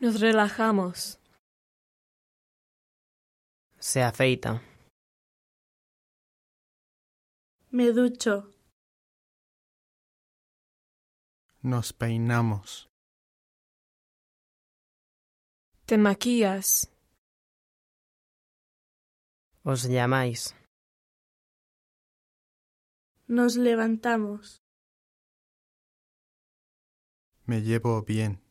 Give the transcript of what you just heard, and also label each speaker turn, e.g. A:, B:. A: Nos relajamos.
B: Se afeita.
C: Me ducho.
D: Nos peinamos.
A: Te maquillas.
B: Os llamáis.
C: Nos levantamos.
D: Me llevo bien.